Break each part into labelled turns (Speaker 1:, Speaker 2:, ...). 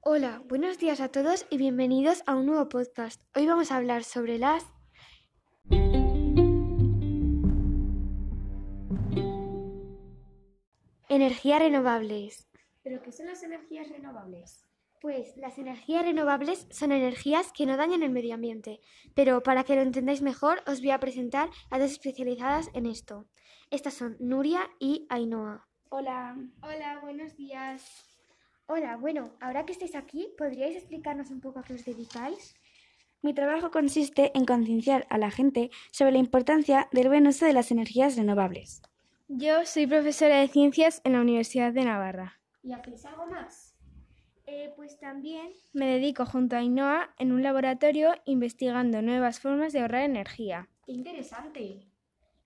Speaker 1: Hola, buenos días a todos y bienvenidos a un nuevo podcast. Hoy vamos a hablar sobre las... Energías renovables.
Speaker 2: ¿Pero qué son las energías renovables?
Speaker 1: Pues las energías renovables son energías que no dañan el medio ambiente, pero para que lo entendáis mejor os voy a presentar a dos especializadas en esto. Estas son Nuria y Ainhoa.
Speaker 2: Hola.
Speaker 3: Hola, buenos días.
Speaker 1: Hola, bueno, ahora que estáis aquí, ¿podríais explicarnos un poco a qué os dedicáis?
Speaker 4: Mi trabajo consiste en concienciar a la gente sobre la importancia del buen uso de las energías renovables.
Speaker 5: Yo soy profesora de ciencias en la Universidad de Navarra.
Speaker 2: ¿Y hacéis algo más?
Speaker 3: Eh, pues también
Speaker 5: Me dedico junto a Ainhoa en un laboratorio investigando nuevas formas de ahorrar energía.
Speaker 2: ¡Qué interesante!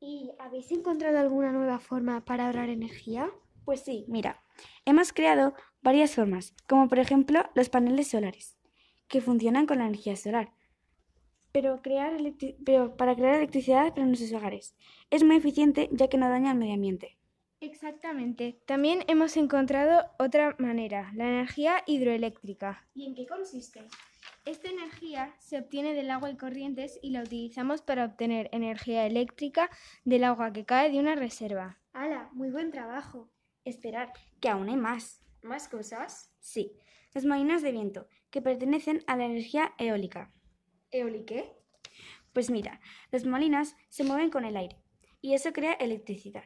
Speaker 1: ¿Y habéis encontrado alguna nueva forma para ahorrar energía?
Speaker 4: Pues sí, mira, hemos creado varias formas, como por ejemplo los paneles solares, que funcionan con la energía solar, pero, crear electri- pero para crear electricidad para nuestros hogares. Es muy eficiente ya que no daña al medio ambiente.
Speaker 5: Exactamente. También hemos encontrado otra manera, la energía hidroeléctrica.
Speaker 2: ¿Y en qué consiste?
Speaker 5: Esta energía se obtiene del agua y corrientes y la utilizamos para obtener energía eléctrica del agua que cae de una reserva.
Speaker 1: ¡Hala! Muy buen trabajo.
Speaker 2: Esperar.
Speaker 4: Que aún hay más.
Speaker 2: ¿Más cosas?
Speaker 4: Sí, los molinos de viento, que pertenecen a la energía eólica.
Speaker 2: ¿Eoliqué?
Speaker 4: Pues mira, los molinos se mueven con el aire, y eso crea electricidad.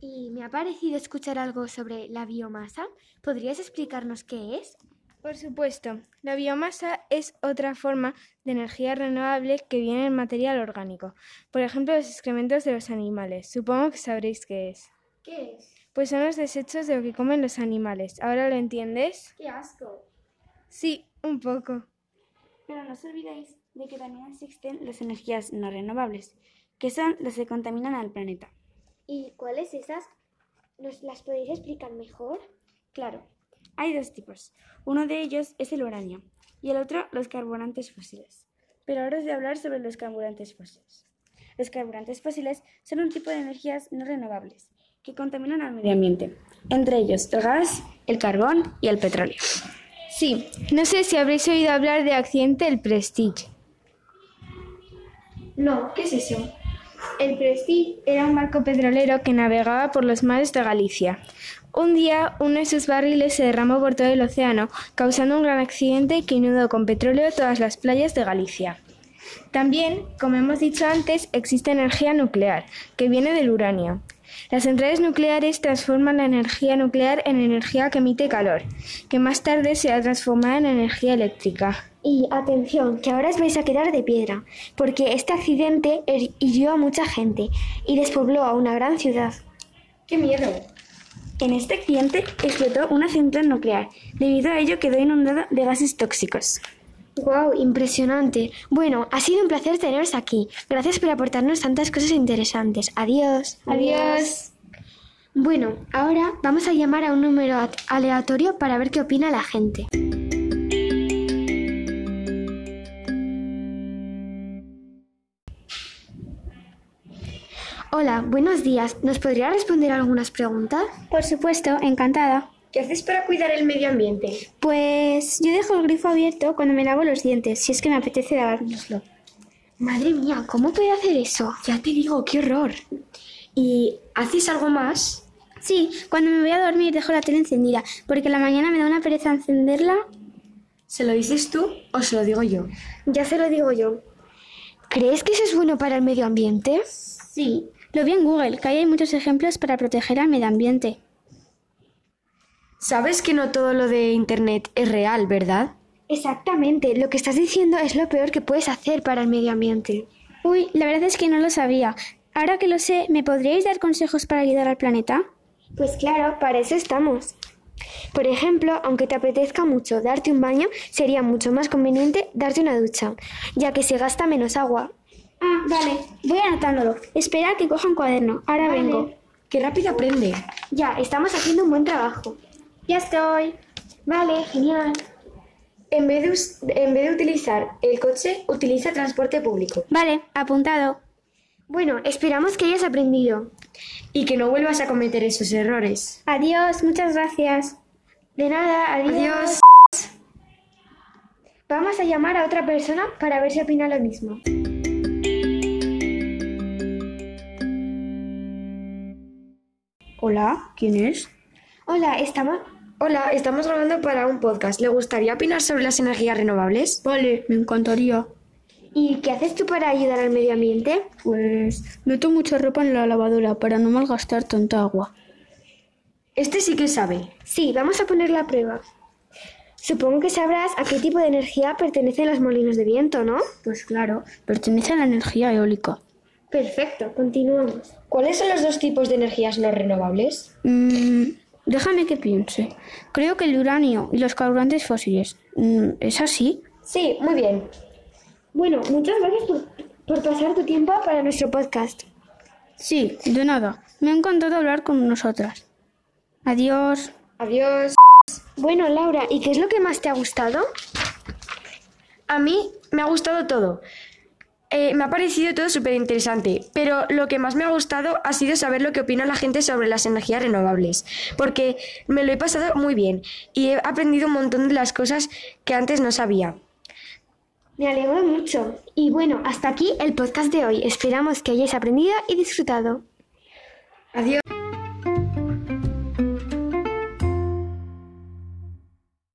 Speaker 1: Y me ha parecido escuchar algo sobre la biomasa. ¿Podrías explicarnos qué es?
Speaker 5: Por supuesto, la biomasa es otra forma de energía renovable que viene en material orgánico. Por ejemplo, los excrementos de los animales. Supongo que sabréis qué es.
Speaker 2: ¿Qué es?
Speaker 5: Pues son los desechos de lo que comen los animales. ¿Ahora lo entiendes?
Speaker 2: ¡Qué asco!
Speaker 5: Sí, un poco.
Speaker 4: Pero no os olvidéis de que también existen las energías no renovables, que son las que contaminan al planeta.
Speaker 1: ¿Y cuáles esas? ¿Nos las podéis explicar mejor?
Speaker 4: Claro, hay dos tipos. Uno de ellos es el uranio y el otro los carburantes fósiles. Pero ahora os voy a hablar sobre los carburantes fósiles. Los carburantes fósiles son un tipo de energías no renovables que contaminan al medio ambiente, entre ellos el gas, el carbón y el petróleo.
Speaker 5: Sí, no sé si habréis oído hablar de accidente el Prestige.
Speaker 2: No, ¿qué es eso?
Speaker 5: El Prestige era un barco petrolero que navegaba por los mares de Galicia. Un día, uno de sus barriles se derramó por todo el océano, causando un gran accidente que inundó con petróleo todas las playas de Galicia. También, como hemos dicho antes, existe energía nuclear, que viene del uranio. Las centrales nucleares transforman la energía nuclear en energía que emite calor, que más tarde será transformada en energía eléctrica.
Speaker 1: Y atención, que ahora os vais a quedar de piedra, porque este accidente her- hirió a mucha gente y despobló a una gran ciudad.
Speaker 2: ¡Qué miedo!
Speaker 4: En este accidente explotó una central nuclear, debido a ello quedó inundada de gases tóxicos.
Speaker 1: ¡Guau! impresionante. Bueno, ha sido un placer teneros aquí. Gracias por aportarnos tantas cosas interesantes. Adiós.
Speaker 2: ¡Adiós!
Speaker 1: Bueno, ahora vamos a llamar a un número at- aleatorio para ver qué opina la gente. Hola, buenos días. ¿Nos podría responder algunas preguntas?
Speaker 4: Por supuesto, encantada.
Speaker 2: ¿Qué hacéis para cuidar el medio ambiente?
Speaker 4: Pues yo dejo el grifo abierto cuando me lavo los dientes, si es que me apetece lavárnoslo.
Speaker 1: Madre mía, ¿cómo puede hacer eso?
Speaker 2: Ya te digo, qué horror. ¿Y hacéis algo más?
Speaker 4: Sí, cuando me voy a dormir dejo la tele encendida, porque a la mañana me da una pereza encenderla.
Speaker 2: ¿Se lo dices tú o se lo digo yo?
Speaker 1: Ya se lo digo yo. ¿Crees que eso es bueno para el medio ambiente?
Speaker 4: Sí. Lo vi en Google, que ahí hay muchos ejemplos para proteger al medio ambiente.
Speaker 2: Sabes que no todo lo de Internet es real, ¿verdad?
Speaker 1: Exactamente, lo que estás diciendo es lo peor que puedes hacer para el medio ambiente.
Speaker 4: Uy, la verdad es que no lo sabía. Ahora que lo sé, ¿me podríais dar consejos para ayudar al planeta?
Speaker 1: Pues claro, para eso estamos. Por ejemplo, aunque te apetezca mucho darte un baño, sería mucho más conveniente darte una ducha, ya que se gasta menos agua.
Speaker 4: Ah, vale, voy anotándolo. Espera que coja un cuaderno, ahora vengo.
Speaker 2: ¡Qué rápido aprende!
Speaker 1: Ya, estamos haciendo un buen trabajo.
Speaker 4: Ya estoy.
Speaker 1: Vale, genial.
Speaker 2: En vez de, us- en vez de utilizar el coche, utiliza transporte público.
Speaker 4: Vale, apuntado.
Speaker 1: Bueno, esperamos que hayas aprendido.
Speaker 2: Y que no vuelvas a cometer esos errores.
Speaker 4: Adiós, muchas gracias.
Speaker 1: De nada, adiós.
Speaker 2: Adiós. Vamos a llamar a otra persona para ver si opina lo mismo.
Speaker 4: Hola, ¿quién es?
Speaker 2: Hola, estamos. Hola, estamos grabando para un podcast. ¿Le gustaría opinar sobre las energías renovables?
Speaker 4: Vale, me encantaría.
Speaker 2: ¿Y qué haces tú para ayudar al medio ambiente?
Speaker 4: Pues meto mucha ropa en la lavadora para no malgastar tanta agua.
Speaker 2: Este sí que sabe.
Speaker 1: Sí, vamos a poner la prueba. Supongo que sabrás a qué tipo de energía pertenecen los molinos de viento, ¿no?
Speaker 4: Pues claro, pertenece a la energía eólica.
Speaker 1: Perfecto, continuamos.
Speaker 2: ¿Cuáles son los dos tipos de energías no renovables?
Speaker 4: Mm, déjame que piense. Creo que el uranio y los carburantes fósiles. Mm, ¿Es así?
Speaker 2: Sí, muy bien.
Speaker 1: Bueno, muchas gracias por, por pasar tu tiempo para nuestro podcast.
Speaker 4: Sí, de nada. Me ha encantado hablar con nosotras. Adiós.
Speaker 2: Adiós.
Speaker 1: Bueno, Laura, ¿y qué es lo que más te ha gustado?
Speaker 2: A mí me ha gustado todo. Eh, me ha parecido todo súper interesante, pero lo que más me ha gustado ha sido saber lo que opina la gente sobre las energías renovables, porque me lo he pasado muy bien y he aprendido un montón de las cosas que antes no sabía.
Speaker 1: Me alegro mucho. Y bueno, hasta aquí el podcast de hoy. Esperamos que hayáis aprendido y disfrutado.
Speaker 2: Adiós.